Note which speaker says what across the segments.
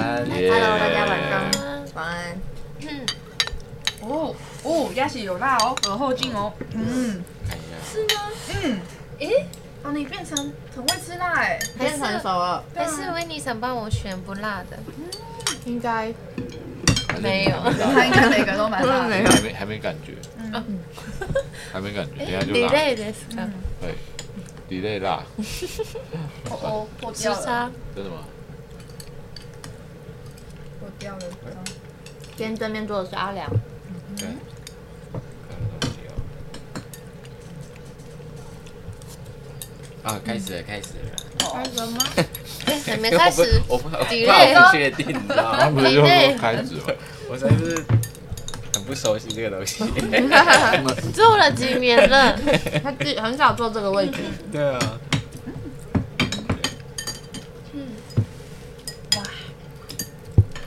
Speaker 1: Hello，大家晚上晚安。
Speaker 2: 哦哦，鸭血有辣哦，有后劲哦。嗯，
Speaker 3: 看一下，
Speaker 2: 是吗？嗯，诶，哦，你变成很会吃辣 哎。
Speaker 1: 变成熟了，
Speaker 2: 对
Speaker 4: 还
Speaker 2: 啊
Speaker 4: 是维尼想帮我选不辣的？
Speaker 1: 应该
Speaker 4: 没有，
Speaker 2: 他应该每个都蛮辣的。
Speaker 3: 还 没还没感觉，
Speaker 1: 嗯
Speaker 3: 还没感
Speaker 1: 哎
Speaker 3: 觉，等一下就
Speaker 4: 你
Speaker 3: 辣，
Speaker 4: 累的是吧？
Speaker 3: 对，你累辣，
Speaker 2: 哦哦，破
Speaker 4: 时
Speaker 2: 掉了，
Speaker 4: 差
Speaker 3: 真的吗？
Speaker 2: 破掉了。
Speaker 1: 今天对面坐的是阿良，
Speaker 3: 对，看得到没有啊，开始
Speaker 5: 嗯，
Speaker 3: 了，开始了。
Speaker 2: 哦，
Speaker 4: 还没开始
Speaker 5: 我不我不
Speaker 4: 几类
Speaker 5: 我不确定，你知道
Speaker 3: 他
Speaker 1: 啊
Speaker 5: 吗？
Speaker 3: 不是就说开始吗？
Speaker 5: 我实在是很不熟悉这个东西。
Speaker 4: 做了几年了，
Speaker 1: 他自己很少坐这个位置，
Speaker 5: 对啊，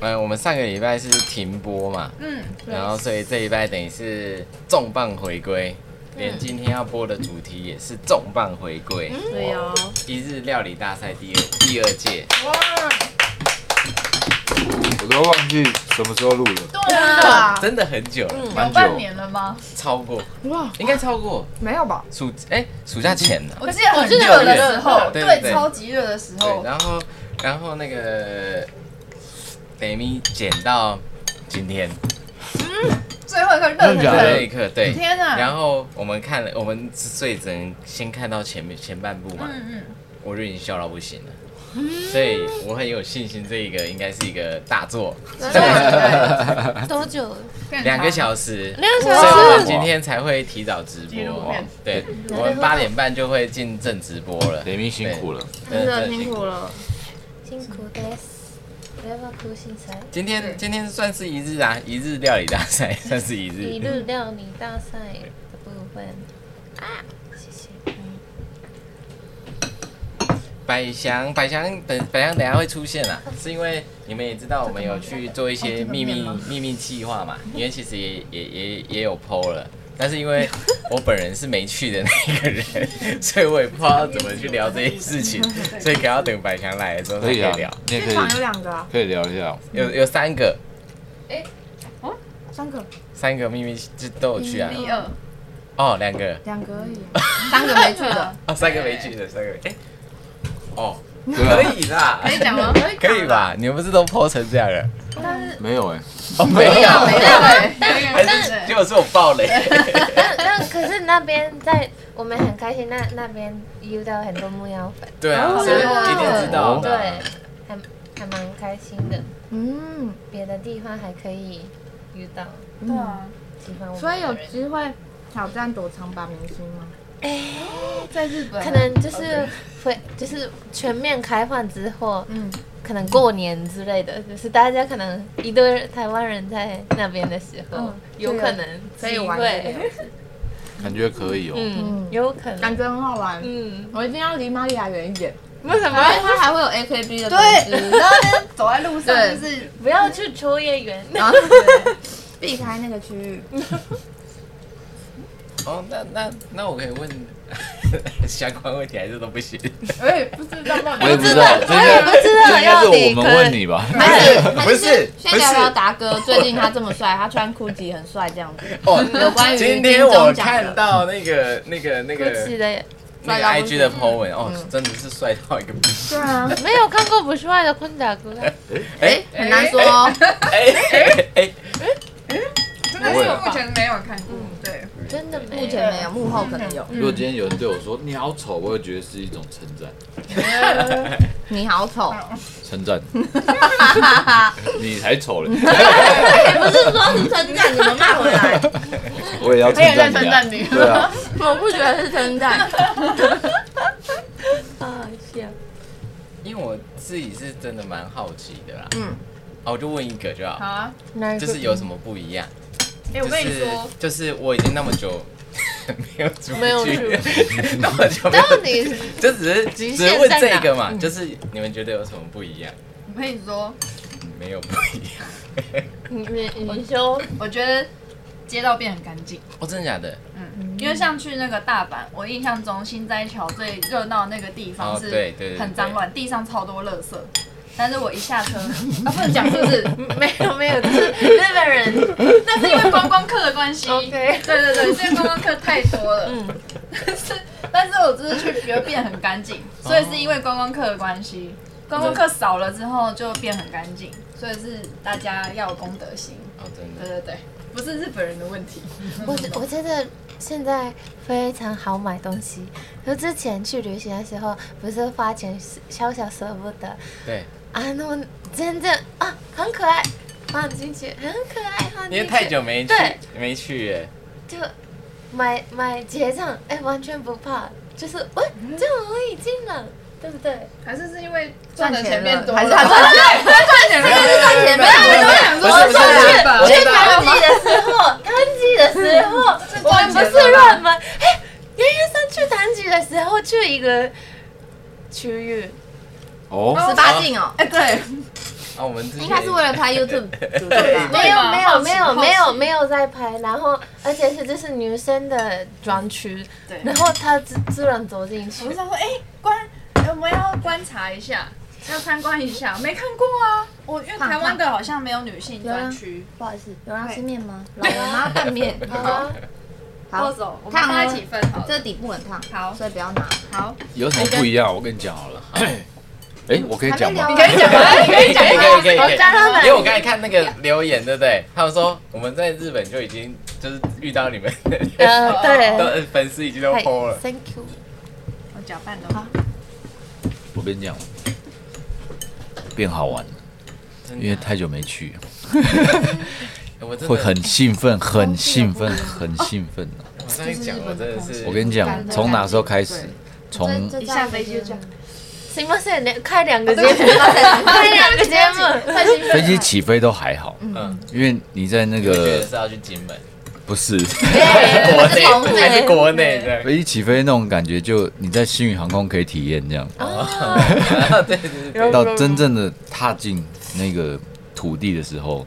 Speaker 5: 嗯，我们上个礼拜是停播嘛，
Speaker 2: 嗯，
Speaker 5: 然后所以这一拜等于是重磅回归，连今天要播的主题也是重磅回归，
Speaker 2: 嗯
Speaker 1: 对哦，
Speaker 5: 一日料理大赛第二第二届，
Speaker 2: 哇，
Speaker 3: 我都忘记什么时候录了，
Speaker 2: 对啊，
Speaker 5: 真的很久了，
Speaker 2: 有半年了吗？
Speaker 5: 超过
Speaker 1: 哇，
Speaker 5: 应该超过
Speaker 1: 没有吧？
Speaker 5: 暑哎暑假前呢。
Speaker 2: 我记得很
Speaker 4: 记得
Speaker 2: 热的
Speaker 5: 很热
Speaker 2: 时候，
Speaker 5: 对对
Speaker 2: 对，
Speaker 5: 对
Speaker 2: 超级热的时
Speaker 5: 对，
Speaker 2: 候，
Speaker 5: 然后然后那个 Demi 剪到今天
Speaker 2: 最后一个热腾
Speaker 3: 真的假
Speaker 2: 腾
Speaker 3: 的
Speaker 5: 这
Speaker 2: 的，
Speaker 5: 一刻，对，
Speaker 2: 天哪
Speaker 5: 然后我们看了，我们所以只能先看到前面前半部嘛，
Speaker 2: 嗯
Speaker 5: 我就已经笑到不行了。所以我很有信心，这一个应该是一个大作，
Speaker 4: 多久了？
Speaker 2: 嗯，
Speaker 5: 两个小时，
Speaker 4: 两个
Speaker 5: 所以
Speaker 4: 小
Speaker 5: 我
Speaker 4: 时
Speaker 5: 们，今天才会提早直
Speaker 2: 纪录
Speaker 5: 播
Speaker 2: 片。
Speaker 5: 对，我们八点半就会进正直播了。
Speaker 3: 雷明辛苦了，
Speaker 1: 真的辛苦。了，
Speaker 4: 辛苦的，不要哭心塞。
Speaker 5: 今天今天算是一日啊，一日料理大赛算是一日。
Speaker 4: 一日料理大赛的部分啊，谢谢。嗯
Speaker 5: 百祥，百祥等百祥等下会出现啦，是因为你们也知道我们有去做一些秘密秘密计划嘛，因为其实也也也也有 PO 了，但是因为我本人是没去的那个人，所以我也不知道怎么去聊这件事情， 所以可能要等百祥来的时候才
Speaker 3: 可
Speaker 5: 可以
Speaker 3: 以啊
Speaker 5: 聊。，
Speaker 3: 你也可
Speaker 1: 现场有
Speaker 3: 以
Speaker 1: 两个啊，
Speaker 3: 可以聊一下，
Speaker 5: 有有三个，
Speaker 1: 三个，
Speaker 5: 三个秘密就都有去啊
Speaker 2: 嗯，，第二，
Speaker 5: 哦，两个，
Speaker 1: 两个而已，三个没去的，
Speaker 5: 哦，三个没去的，三个，哎，哦，
Speaker 3: 对
Speaker 5: 可
Speaker 3: 啊，
Speaker 5: 以啦，
Speaker 2: 可以讲啊吗？
Speaker 5: 可以吧？你们不是都 PO 成这样了？
Speaker 2: 但是
Speaker 3: 没有哎，
Speaker 5: 哦，没有，
Speaker 2: 没有，但
Speaker 5: 还是结果是我爆雷。
Speaker 4: 但但可是那边在我们很开心，那那边遇到很多木妖粉，
Speaker 5: 对啊，所以一定知道的。
Speaker 4: 对，还还蛮开心的。
Speaker 1: 嗯，
Speaker 4: 别的地方还可以遇到
Speaker 2: 对啊，
Speaker 4: 喜欢我们的人，
Speaker 1: 所以有机会挑战躲藏吧明星吗？
Speaker 2: 在日本
Speaker 4: 可能就是会就是全面开放之后，
Speaker 1: 嗯，
Speaker 4: 可能过年之类的，就是大家可能一堆台湾人在那边的时候，
Speaker 1: 嗯
Speaker 4: 有可能
Speaker 1: 可以
Speaker 4: 机
Speaker 1: 玩
Speaker 4: 会
Speaker 1: 这个，
Speaker 3: 感觉可以哦，
Speaker 4: 嗯，
Speaker 1: 嗯
Speaker 4: 有可
Speaker 1: 感
Speaker 4: 能，
Speaker 1: 觉很好玩，
Speaker 4: 嗯，
Speaker 1: 我一定要离玛利亚远一点，
Speaker 4: 为什
Speaker 1: 因为
Speaker 4: 么
Speaker 1: 他还会有 AKB 的
Speaker 2: 对，
Speaker 1: 粉丝，
Speaker 2: 然后那走在路上就是
Speaker 4: 不要去秋叶原？
Speaker 1: 然后对避开那个区域，
Speaker 5: 哦，那那那我可以问 相关问题还是都不行？
Speaker 2: 我也哎不知道到底
Speaker 3: 我也不知道，这应该
Speaker 4: 我也不知道
Speaker 1: 啊
Speaker 3: 这应该是
Speaker 4: 要理
Speaker 3: 我们问你吧，
Speaker 1: 还 是
Speaker 5: 不是
Speaker 1: 先聊聊达哥，最近他这么帅，他穿 GUCCI 很帅这样 子。
Speaker 5: 哦
Speaker 1: 有关于
Speaker 5: 今天我看到那个那个那
Speaker 4: 不记
Speaker 5: 个
Speaker 4: 得
Speaker 5: 那个 IG 的 po 文，哦，真的是帅到一个不行。
Speaker 1: 对啊，
Speaker 4: 没有看过不帅的坤达哥，
Speaker 5: 哎
Speaker 1: 很难说哦。
Speaker 5: 哎 哎哎，
Speaker 2: 真的是目前没有看过，对，
Speaker 4: 真的没有
Speaker 1: 目前没有，幕后可能有。
Speaker 3: 如果今天有人对我说你好丑，我会觉得是一种称赞，
Speaker 1: 呃你好丑，
Speaker 3: 称 赞，你才丑嘞，
Speaker 1: 不是说是称赞，你们骂回来，
Speaker 3: 我也要称赞
Speaker 2: 称
Speaker 3: 你啊
Speaker 2: 赞，你，
Speaker 3: 对啊，
Speaker 1: 我不觉得是称赞。
Speaker 4: 啊，笑，
Speaker 5: 因为我自己是真的蛮好奇的啦。
Speaker 1: 嗯，
Speaker 5: 哦，我就问一个就
Speaker 2: 好
Speaker 5: 好，
Speaker 2: 啊，
Speaker 4: 哪一
Speaker 5: 就
Speaker 4: 个
Speaker 5: 是有什么不一样？
Speaker 2: 哎，我跟你说，
Speaker 5: 就是，就是我已经那么久 没有出去，
Speaker 4: 没有
Speaker 5: 那么久没有
Speaker 4: 到底是
Speaker 5: 就只是
Speaker 4: 极
Speaker 5: 只
Speaker 4: 限
Speaker 5: 是问
Speaker 4: 在
Speaker 5: 这
Speaker 4: 哪
Speaker 5: 个嘛，就是你们觉得有什么不一样？
Speaker 2: 我跟你说，
Speaker 5: 没有不一样。
Speaker 4: 你你你说
Speaker 2: 我觉得街道变很干净。
Speaker 5: 哦，真的假的？
Speaker 2: 嗯，因为像去那个大阪，我印象中新斋桥最热闹的那个地方
Speaker 5: 哦
Speaker 2: 是
Speaker 5: 对对对
Speaker 2: 很脏乱，地上超多垃圾。但是我一下车，
Speaker 4: 啊，不能讲是不是？没有没有，就是日本人。
Speaker 2: 那是因为观光客的关系。
Speaker 4: OK，
Speaker 2: 对对对，这个观光客太多了。
Speaker 4: 嗯，
Speaker 2: 但 是但是我就是去觉得变很干净，所以是因为观光客的关系，观光客少了之后就变很干净，所以是大家要有公德心。
Speaker 5: 哦，真
Speaker 2: 对
Speaker 5: 的，
Speaker 2: 对对，不是日本人的问题。
Speaker 4: 我觉我觉得现在非常好买东西，就之前去旅行的时候，不是花钱小小舍不得
Speaker 5: 对，
Speaker 4: 啊，那么真的啊，很可爱，放进去很可爱，放进去。
Speaker 5: 因为太久没去
Speaker 4: 对
Speaker 5: 没去耶，
Speaker 4: 就买买结账，哎、完全不怕，就是喂、这样我已经了，对不对？
Speaker 2: 还是是因为
Speaker 1: 赚
Speaker 2: 赚的
Speaker 1: 钱
Speaker 2: 钱变
Speaker 1: 了，
Speaker 2: 多
Speaker 1: 还是他赚钱？
Speaker 5: 没有没有
Speaker 1: 赚 钱
Speaker 5: 没有没有
Speaker 1: 没有
Speaker 5: 不是不是
Speaker 2: 我想
Speaker 5: 不是
Speaker 4: 去看季的时候，看季的时候，我们不是乱买。哎、原来上去弹吉的时候去一个区域，
Speaker 3: 哦，
Speaker 1: 十八禁哦，
Speaker 2: 哎，对，
Speaker 5: 啊，我们之前
Speaker 1: 应该是为了拍 YouTube 主
Speaker 5: 对
Speaker 1: 的吧？
Speaker 4: 没有
Speaker 2: 吗
Speaker 4: 没有
Speaker 2: 好奇
Speaker 4: 没有
Speaker 2: 好奇
Speaker 4: 没有没有在拍，然后而且是这是女生的专区，
Speaker 2: 对
Speaker 4: 然后她自自然走进去
Speaker 2: 我就，想说，哎，观我们要观察一下。要参观一下，没看过啊！我因为台湾的好像没有女性专区，
Speaker 1: 不好意思，有人要吃面吗？老人要拌面。
Speaker 4: 好啊，
Speaker 2: 豆
Speaker 1: 好，
Speaker 2: 总，我们
Speaker 1: 烫
Speaker 2: 大
Speaker 1: 哦
Speaker 2: 家一起分好了。
Speaker 1: 这底部很烫，
Speaker 2: 好
Speaker 1: 所以不要拿。
Speaker 2: 好，
Speaker 3: 有什么不一样？我跟你讲好了。哎，我可以讲吗？
Speaker 1: 还没聊完
Speaker 2: 以讲
Speaker 5: 可以可以可以可以可以
Speaker 4: 我加他
Speaker 5: 因为
Speaker 4: 们，
Speaker 5: 我刚才看那个留言，对不对？他们说我们在日本就已经就是遇到你们，
Speaker 4: 呃，对，
Speaker 5: 都粉丝已经都 PO 了。
Speaker 4: ，Thank you。
Speaker 2: 我搅拌了。
Speaker 3: 我跟你讲，变好玩了，
Speaker 5: 真的
Speaker 3: 因为太久没去，
Speaker 5: 我真的
Speaker 3: 会很兴奋，很兴奋，很兴奋啊
Speaker 5: 我刚才讲，我真的是
Speaker 3: 我跟你讲，从哪时候开始
Speaker 1: 对？
Speaker 3: 从
Speaker 1: 这这
Speaker 2: 嗯一下飞机就这样。
Speaker 4: すいませんね、开两个节目，
Speaker 2: 啊
Speaker 4: 开两个节目，
Speaker 2: 太兴奋了
Speaker 3: 飞机起飞都还好，
Speaker 5: 嗯，
Speaker 3: 因为你在那
Speaker 5: 我觉
Speaker 3: 个
Speaker 5: 得是要去金门，
Speaker 3: 不是
Speaker 5: 国内
Speaker 4: 从北
Speaker 5: 还是国内这样。
Speaker 3: 飞机起飞那种感觉，就你在星宇航空可以体验这样，
Speaker 5: 啊 对对对，
Speaker 3: 到真正的踏进那个土地的时候，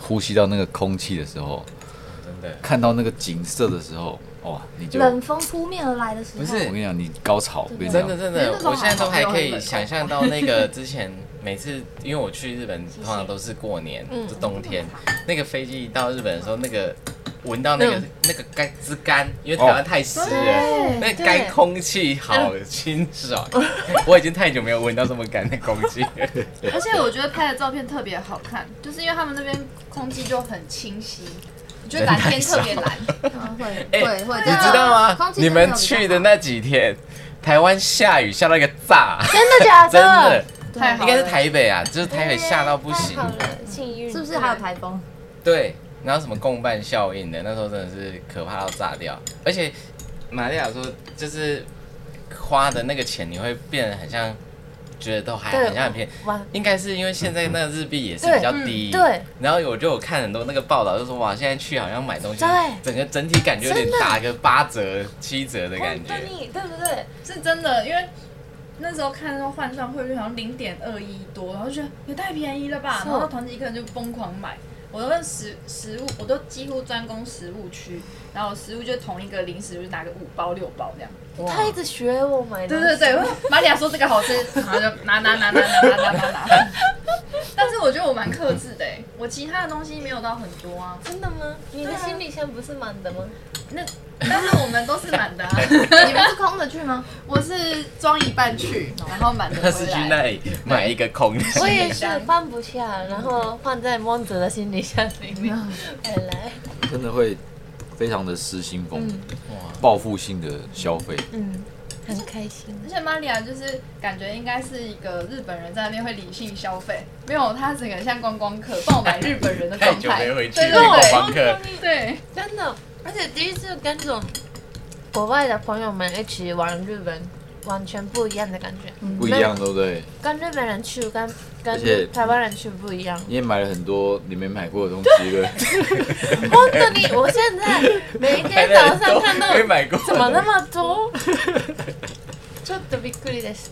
Speaker 3: 呼吸到那个空气的时候，
Speaker 5: 真的
Speaker 3: 看到那个景色的时候，哇，你就
Speaker 6: 冷
Speaker 3: 我
Speaker 6: 风扑面而来的时候，
Speaker 5: 不是
Speaker 3: 跟你讲，你高潮，我跟你
Speaker 5: 真
Speaker 3: 讲
Speaker 5: 的，真
Speaker 2: 因为
Speaker 5: 的
Speaker 2: 那，种
Speaker 5: 我现在都还可以
Speaker 2: 好像
Speaker 5: 想象到那个 之前每次，因为我去日本通常都是过年，
Speaker 2: 嗯
Speaker 5: 就 冬天，那个飞机一到日本的时候，那个闻到那
Speaker 2: 嗯
Speaker 5: 个那个干之干，因为台湾太湿
Speaker 2: 哦
Speaker 5: 了，那干空气好清 爽，我已经太久没有闻到这么干的空气。
Speaker 2: 而且我觉得拍的照片特别好看，就是因为他们那边空气就很清晰，我觉得蓝天特 别蓝。
Speaker 1: 嗯会
Speaker 5: 哎
Speaker 1: 会会，
Speaker 5: 你知道
Speaker 2: 啊
Speaker 5: 吗？你们去的那几天，台湾下雨下到一个炸，
Speaker 4: 真的假
Speaker 5: 真的
Speaker 4: 的？，
Speaker 2: 太好
Speaker 5: 应
Speaker 2: 了
Speaker 5: 该是台北啊，就是台北下到不行
Speaker 4: 太。好了，幸运
Speaker 1: 是不是还有台风？
Speaker 5: 对，然后什么共伴效应的，那时候真的是可怕到炸掉。而且玛利亚说，就是花的那个钱，你会变得很像，觉得都还
Speaker 4: 对
Speaker 5: 很像很便宜。
Speaker 4: 哇？
Speaker 5: 应该是因为现在那个日币也是比较低，
Speaker 4: 对嗯对
Speaker 5: 然后我就有看很多那个报道，就说哇，现在去好像买东西
Speaker 4: 对，
Speaker 5: 整个整体感觉有点
Speaker 4: 真的
Speaker 5: 打个八折、七折的感
Speaker 4: 欢
Speaker 5: 觉。
Speaker 4: 迎你，对不对？
Speaker 2: 是真的，因为那时候看到换算汇率好像零点二一多，然后就觉得也太便宜了吧，
Speaker 4: 是
Speaker 2: 然后团体客人就疯狂买。我都问食食物，我都几乎专攻食物区，然后我食物就同一个零食，就拿个五包六包这样。
Speaker 5: 哇
Speaker 4: 他一直学我买东
Speaker 2: 对对
Speaker 4: 西，
Speaker 2: 对，我说玛利亚说这个好吃，然后就拿拿拿拿拿拿拿拿。但是我觉得我蛮克制的、欸，我其他的东西没有到很多啊。
Speaker 4: 真的吗？你的行李箱不是满的吗？
Speaker 2: 但是我们都是满 的啊，
Speaker 1: 你们是空着去吗？
Speaker 2: 我是装一半去，然后满的
Speaker 5: 他是
Speaker 2: 回
Speaker 5: 去
Speaker 2: 来。
Speaker 5: 那里买一个空 的，
Speaker 4: 我
Speaker 2: 行
Speaker 4: 也
Speaker 2: 李
Speaker 4: 是
Speaker 2: 箱
Speaker 4: 放不下，然后放在孟子的行李箱 里面。本来
Speaker 3: 真的会非常的失心疯
Speaker 4: 嗯，
Speaker 5: 哇
Speaker 3: 报复性的消费，
Speaker 4: 嗯，很开心。
Speaker 2: 而且玛利亚就是感觉应该是一个日本人在那边会理性消费，没有他整个像观光客爆 买日本人的
Speaker 5: 太
Speaker 2: 状
Speaker 5: 久
Speaker 2: 态。
Speaker 5: 没回去
Speaker 2: 对
Speaker 5: 了，观
Speaker 2: 对
Speaker 5: 光客。
Speaker 2: 对对，
Speaker 4: 真的，而且第一次跟这种国外的朋友们一起玩日本，完全不一样的感觉。
Speaker 3: 不一样，对不对？
Speaker 4: 跟日本人去跟
Speaker 3: 而且
Speaker 4: 跟台湾人去不一样。
Speaker 3: 你也买了很多你没买过的东西，对不 对，
Speaker 4: 本当に我现在每一天早上看到
Speaker 5: 没买过，
Speaker 4: 怎么那么多， ちょっとびっくりです。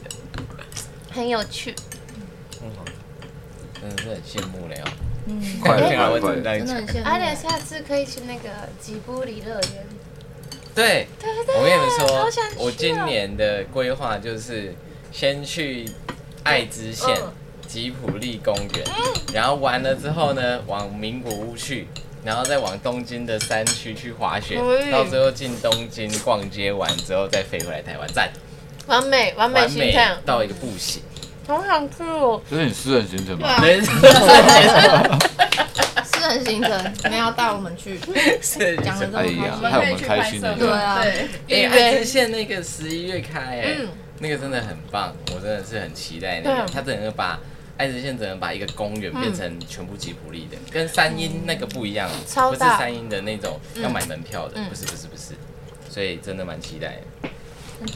Speaker 4: 很有趣，
Speaker 5: 真的是很羡慕了哟。
Speaker 1: 嗯，
Speaker 3: 快
Speaker 5: 看起来
Speaker 3: 快
Speaker 5: 我
Speaker 3: 快
Speaker 5: 真！的
Speaker 1: 真的很羡慕。
Speaker 4: 而且下次可以去那个吉卜力乐园，
Speaker 5: 对，
Speaker 4: 对不对？啊
Speaker 5: 我跟你们
Speaker 4: 好
Speaker 5: 说
Speaker 4: 想去哦，
Speaker 5: 我今年的规划就是先去爱知县
Speaker 4: 嗯
Speaker 5: 吉普力公园，然后完了之后呢，往名古屋去，然后再往东京的山区去滑雪
Speaker 4: 哎，
Speaker 5: 到最后进东京逛街完之后再飞回来台湾站，
Speaker 4: 完美完美
Speaker 5: 完
Speaker 4: 心
Speaker 5: 美
Speaker 4: 态，哦
Speaker 5: 到一个不行。
Speaker 4: 好想去哦。
Speaker 3: 这是你私人行程 吗？
Speaker 5: 人
Speaker 1: 私人行程，你们要带我们去，
Speaker 5: 是
Speaker 1: 讲得这
Speaker 3: 哎
Speaker 1: 么
Speaker 3: 呀
Speaker 1: 开
Speaker 2: 们
Speaker 1: 心。
Speaker 2: 可以去拍摄，
Speaker 1: 对啊
Speaker 2: 对，
Speaker 5: 哎，
Speaker 4: 对
Speaker 5: 爱知县那个十一月开哎、
Speaker 4: 嗯
Speaker 5: 那个真的很棒，我真的是很期待那个。
Speaker 4: 对啊嗯
Speaker 5: 他整个把爱知县整个把一个公园变成全部吉普力的，跟三鹰那个不一样，
Speaker 4: 嗯超
Speaker 5: 不是
Speaker 4: 大
Speaker 5: 三鹰的那种要买门票的，
Speaker 4: 嗯
Speaker 5: 不是不是不是，所以真的蛮期待的。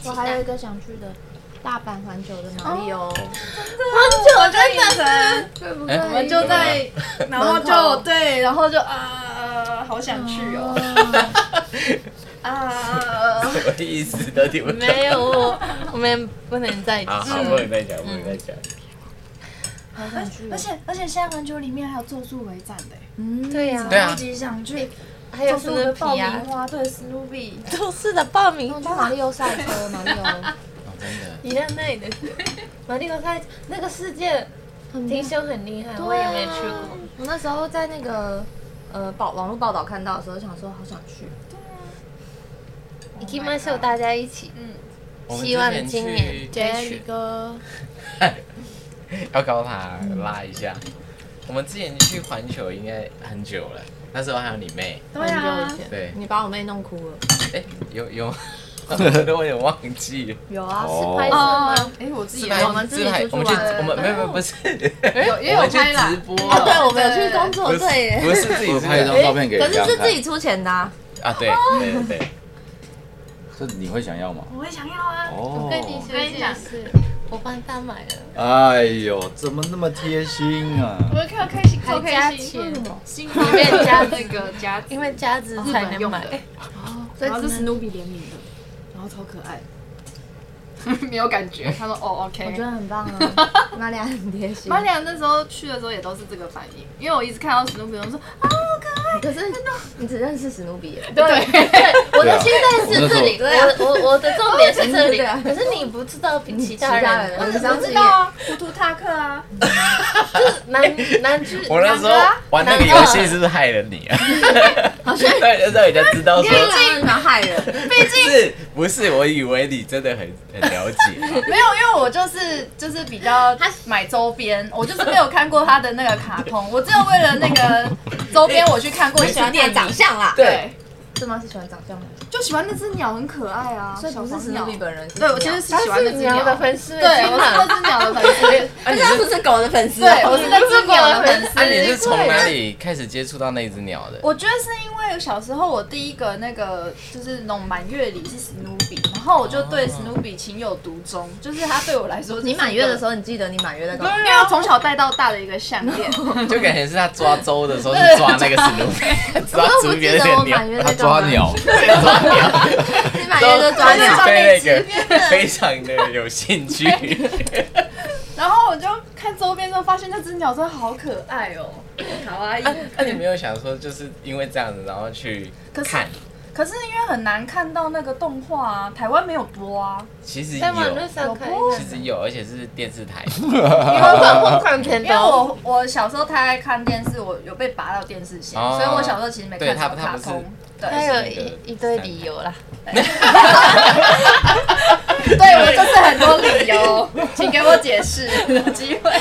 Speaker 1: 我还有一个想去的，大阪环球的马里奥，
Speaker 2: 我真的
Speaker 1: 对不
Speaker 5: 哎
Speaker 1: 对？
Speaker 5: 我
Speaker 2: 我 们就在，然后
Speaker 1: 门口
Speaker 2: 就对，然后就啊，好想去哦，
Speaker 1: 哦。
Speaker 2: 啊，
Speaker 5: 什么意思都听不懂。
Speaker 4: 没嗯有，我我们不能再
Speaker 5: 好好，
Speaker 4: 去。
Speaker 5: 不能再讲，不能再讲。
Speaker 1: 好想去哦
Speaker 2: 而且而且现在环球里面还有咒术为战的，
Speaker 1: 嗯，
Speaker 4: 对呀、
Speaker 5: 对啊
Speaker 2: 超级想去，
Speaker 4: 还有
Speaker 2: 咒
Speaker 4: 什
Speaker 2: 术的
Speaker 4: 么
Speaker 2: 爆
Speaker 4: 皮
Speaker 2: 米
Speaker 4: 啊？
Speaker 2: 花，对，史努比，
Speaker 4: 都是的，爆米
Speaker 1: 我去马里奥赛车，马里 奥，
Speaker 5: 哦，真的，
Speaker 4: 一样那里的。马里奥赛那个世界听说很厉害，
Speaker 1: 对啊
Speaker 4: 我也没去过。
Speaker 1: 我那时候在那个呃报网络报道看到的时候，想说好想去。
Speaker 4: 你今晚秀大家一起，
Speaker 5: 我们
Speaker 4: 希望
Speaker 5: 之前
Speaker 4: 今年
Speaker 5: 去
Speaker 1: 杰哥，
Speaker 5: 要搞他拉一下。我们之前去环球应该很久了，那时候还有你妹。
Speaker 2: 对
Speaker 1: 很
Speaker 2: 啊
Speaker 1: 久以，前，
Speaker 5: 对
Speaker 1: 你把我妹弄哭了。
Speaker 5: 哎、有有， 我有点忘记了。
Speaker 1: 有啊，
Speaker 3: 哦
Speaker 1: 是拍摄
Speaker 2: 哦
Speaker 1: 吗？，
Speaker 2: 哎，我自己
Speaker 5: 自
Speaker 2: 也
Speaker 5: 拍
Speaker 1: 我们自己
Speaker 5: 自拍
Speaker 1: 出去
Speaker 5: 我们去，
Speaker 1: 玩
Speaker 5: 我们没有没有不是，
Speaker 2: 有也
Speaker 5: 我
Speaker 2: 有
Speaker 5: 们去
Speaker 2: 拍啦
Speaker 5: 直，播
Speaker 1: 哦，对，
Speaker 5: 了，
Speaker 1: 我们有去工
Speaker 5: 不
Speaker 1: 作
Speaker 5: 是
Speaker 1: 队耶。
Speaker 5: 不是自己
Speaker 3: 我拍一张
Speaker 5: 自己
Speaker 3: 照片给
Speaker 1: 哎可
Speaker 3: 人
Speaker 1: 是
Speaker 3: 家
Speaker 1: 是自
Speaker 3: 看。
Speaker 1: 己出钱的啊，
Speaker 5: 啊，对对对 对，
Speaker 3: 这你会想要吗？
Speaker 2: 我也想要啊，
Speaker 3: 哦，
Speaker 2: 我跟你讲，
Speaker 4: 我帮他买了，
Speaker 3: 哎呦，怎么那么贴心啊？
Speaker 2: 我们看到开心，
Speaker 4: 还
Speaker 2: 超
Speaker 4: 加
Speaker 2: 开心，
Speaker 4: 钱，
Speaker 2: 新
Speaker 4: 里面加
Speaker 2: 那个夹子
Speaker 4: 因为夹子才
Speaker 2: 哦日本
Speaker 4: 能
Speaker 2: 用的
Speaker 5: 啊
Speaker 2: 哦
Speaker 4: 买。
Speaker 1: 所以只能
Speaker 2: 努比联名的，然后超可爱， 没有感觉。他说哦
Speaker 1: 我觉
Speaker 2: ，OK。
Speaker 1: 得很棒啊，玛利亚很贴心。
Speaker 2: 玛利亚那时候去的时候也都是这个反应，因为我一直看到史努比，我说啊，好可爱。
Speaker 1: 可是你只认识史努比耶，
Speaker 2: 对，
Speaker 4: 我
Speaker 3: 啊
Speaker 4: 的期待是这里，
Speaker 1: 对啊
Speaker 4: 我我我的重点是这里
Speaker 1: 对啊，
Speaker 4: 可是你不知道比其
Speaker 1: 其他
Speaker 4: 他
Speaker 1: 人
Speaker 4: 人，我
Speaker 1: 我们
Speaker 4: 只
Speaker 1: 相
Speaker 4: 知
Speaker 1: 信
Speaker 4: 道
Speaker 2: 啊，糊涂塔克啊，
Speaker 4: 男男主，
Speaker 5: 我
Speaker 1: 啊
Speaker 5: 那时候玩那个游戏是不是害了你 啊？好像 对，那时候人家知道说，
Speaker 1: 竟蛮害人。
Speaker 5: 不是不是，我以为你真的很很了解，
Speaker 2: 没有，因为我就是就是比较买周边，我就是没有看过他的那个卡通，我只有为了那个周边我去看过
Speaker 1: 我
Speaker 2: 一
Speaker 1: 喜
Speaker 2: 次
Speaker 1: 欢
Speaker 2: 电
Speaker 1: 他
Speaker 2: 影，
Speaker 1: 长相
Speaker 5: 啊
Speaker 1: 啦，
Speaker 2: 对，
Speaker 1: 是吗？是喜欢长相吗？
Speaker 2: 就喜欢那只鸟很可爱啊，
Speaker 1: 所以不
Speaker 2: 小
Speaker 1: 是
Speaker 2: 黄
Speaker 1: 史
Speaker 2: 鸟
Speaker 1: 努比。本人，
Speaker 2: 对，我其实是喜欢那只
Speaker 4: 鸟的粉丝，
Speaker 2: 对，我是那只鸟的 粉丝。
Speaker 5: 啊你
Speaker 1: 他不
Speaker 5: 是
Speaker 1: 是狗的粉丝
Speaker 2: 对，我
Speaker 1: 哦，
Speaker 2: 是那只鸟的粉丝。
Speaker 5: 啊你是从哪里开始接触到那只鸟的？
Speaker 2: 我觉得是因为小时候我第一个那个就是那种满月礼是史努比，然后我就对史努比情有独钟，就是它对我来说，
Speaker 1: 你满月的时
Speaker 2: 候，
Speaker 1: 候，你记得你满月在干嘛？
Speaker 2: 因为它从小戴到大的一个项链，
Speaker 5: 就感觉是他抓周的时候是抓那个史努比， 抓
Speaker 1: 我都
Speaker 5: 主
Speaker 1: 不
Speaker 5: 别
Speaker 1: 记
Speaker 5: 的
Speaker 1: 得我
Speaker 5: 鸟
Speaker 1: 满，月
Speaker 3: 他
Speaker 1: 在干嘛
Speaker 3: 抓，鸟，
Speaker 5: 抓鸟。
Speaker 1: 你满月就抓
Speaker 5: 都
Speaker 1: 鸟
Speaker 5: 是。对那个非常的有兴趣。
Speaker 2: 然后我就看周边之后发现那只鸟真的好可爱哦，好啊。
Speaker 5: 那你没有想说，就是因为这样子，然后去
Speaker 2: 可是
Speaker 5: 看？
Speaker 2: 可是因为很难看到那个动画啊，台湾没有播啊，
Speaker 5: 其实
Speaker 4: 在网
Speaker 5: 有
Speaker 4: 络，上看，
Speaker 5: 其实有，而且是电视台。
Speaker 4: 疯狂疯狂全
Speaker 2: 因为
Speaker 4: 都，
Speaker 2: 我我小时候太爱看电视，我有被拔到电视线，
Speaker 5: 哦
Speaker 2: 所以我小时候其实没
Speaker 5: 对
Speaker 2: 看
Speaker 5: 它
Speaker 2: 什么
Speaker 5: 它
Speaker 2: 卡
Speaker 5: 不是
Speaker 2: 通。对，
Speaker 4: 他有一一堆理由啦，
Speaker 2: 对我就是很多理由，请给我解释，有机会。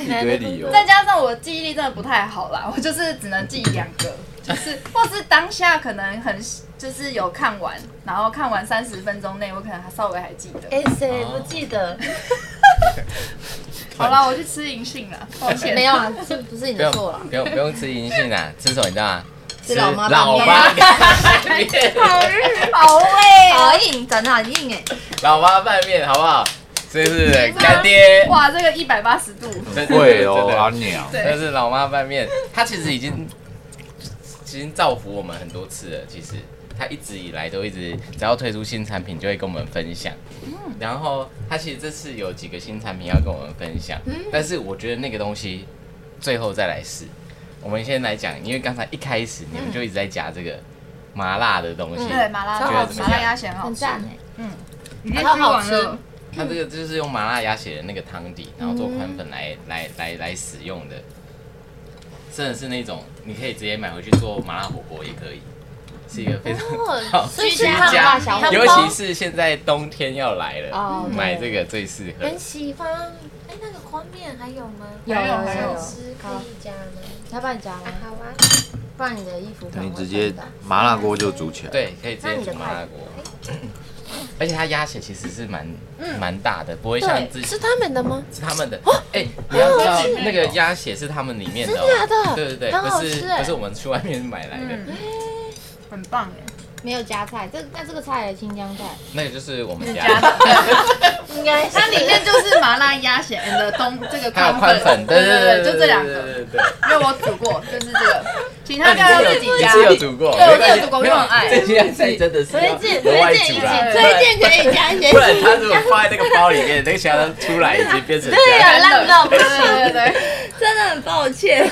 Speaker 3: 一堆理由。
Speaker 2: 再加上我记忆力真的不太好啦， 我就是只能记两个， 就是或是当下可能很就是有看完，然后看完三十分钟内，我可能还稍微还记得。
Speaker 4: 哎，谁不记得？
Speaker 5: 哦
Speaker 2: 好啦，我去吃银杏 了，抱歉。
Speaker 1: 没有啊，是不是你
Speaker 5: 不
Speaker 1: 的
Speaker 5: 用
Speaker 1: 错啦？
Speaker 5: 不用不用吃银杏啊，吃什么你知道吗？
Speaker 1: 吃老妈拌
Speaker 5: 老
Speaker 1: 面
Speaker 5: 妈
Speaker 2: 哎
Speaker 5: 拌面，
Speaker 2: 好累哦、
Speaker 1: 好硬，长得很硬哎。
Speaker 5: 老妈拌面好不好？这是干爹。
Speaker 2: 哇，这个一百八十度，
Speaker 5: 真的
Speaker 3: 会哦
Speaker 5: 真，的
Speaker 3: 阿鸟。
Speaker 2: 对
Speaker 5: 但是老妈拌面，它其实已经已经造福我们很多次了。其实它一直以来都一直，只要推出新产品就会跟我们分享。然后它其实这次有几个新产品要跟我们分享，
Speaker 2: 嗯
Speaker 5: 但是我觉得那个东西最后再来试。我们先来讲，因为刚才一开始你们就一直在夹这个麻辣的东西，
Speaker 2: 嗯对麻辣
Speaker 5: 觉得
Speaker 2: 烫
Speaker 5: 怎么
Speaker 2: 麻
Speaker 5: 样
Speaker 2: 辣鸭血很好
Speaker 4: 很欸
Speaker 2: 吃，
Speaker 4: 赞哎，
Speaker 2: 你
Speaker 4: 好好吃，
Speaker 5: 它这个就是用麻辣鸭血的那个汤底，然后做宽粉来、
Speaker 4: 嗯
Speaker 5: 来来来使用的，真的是那种你可以直接买回去做麻辣火锅也可以，是一个非常 好
Speaker 4: 哦，所以
Speaker 5: 居
Speaker 4: 是
Speaker 5: 家
Speaker 4: 烫辣小火
Speaker 5: 尤
Speaker 4: 锅
Speaker 5: 其是现在冬天要来了，
Speaker 1: 哦
Speaker 5: 买这个最适合。
Speaker 4: 很喜欢。哎，那个黄面还有吗？
Speaker 1: 有有
Speaker 4: 想
Speaker 1: 有有，
Speaker 4: 吃可以加吗？
Speaker 1: 要帮你夹吗
Speaker 4: 啊？好啊，
Speaker 1: 不然你的衣服可
Speaker 3: 等
Speaker 1: 能
Speaker 3: 于
Speaker 1: 会
Speaker 3: 直接
Speaker 1: 碰到
Speaker 3: 麻辣锅就煮起来。，
Speaker 5: 对，可以直
Speaker 1: 那
Speaker 5: 接
Speaker 1: 你的
Speaker 5: 煮麻辣锅
Speaker 1: 筷，
Speaker 4: 哎
Speaker 5: 而且它鸭血其实是蛮蛮、大的，不会像之
Speaker 4: 嗯对，是他哦们的吗？
Speaker 5: 是他们的。哎、你要知道
Speaker 2: 是
Speaker 5: 那个鸭血是他们里面的、哦，
Speaker 4: 真的假的
Speaker 5: 对对对，
Speaker 4: 很好
Speaker 5: 不是
Speaker 4: 吃哎
Speaker 5: 不是我们去外面买来的，
Speaker 2: 嗯，很棒哎，
Speaker 1: 没有加菜，这那这个菜青江菜
Speaker 5: 那个就是我们
Speaker 2: 是
Speaker 5: 家
Speaker 2: 加
Speaker 5: 的，
Speaker 2: 的，
Speaker 1: 应该
Speaker 2: 它里面就是麻辣鸭血 and 冬这个
Speaker 5: 还有宽
Speaker 2: 宽
Speaker 5: 粉，
Speaker 2: 粉，
Speaker 5: 对对对，
Speaker 2: 对，就这两个，
Speaker 5: 对对对。
Speaker 2: 因为我煮过，就是这个，其
Speaker 5: 那
Speaker 2: 他家
Speaker 5: 你是
Speaker 2: 有
Speaker 5: 有
Speaker 2: 几
Speaker 5: 你
Speaker 2: 家
Speaker 5: 是有煮过，
Speaker 2: 对我
Speaker 5: 没关系
Speaker 2: 有煮过
Speaker 5: 没有
Speaker 2: 我很爱
Speaker 5: 这些菜真的是要
Speaker 1: 推荐
Speaker 5: 额外
Speaker 1: 推荐
Speaker 5: 煮
Speaker 1: 一
Speaker 5: 啦
Speaker 4: 啊
Speaker 5: 不然
Speaker 1: 起，推荐可以加一些
Speaker 5: 不然它如果放在那个包里面，那个虾汤出来已经变成这样。
Speaker 4: 烂到不
Speaker 2: 对对对对，
Speaker 4: 真的很抱 歉。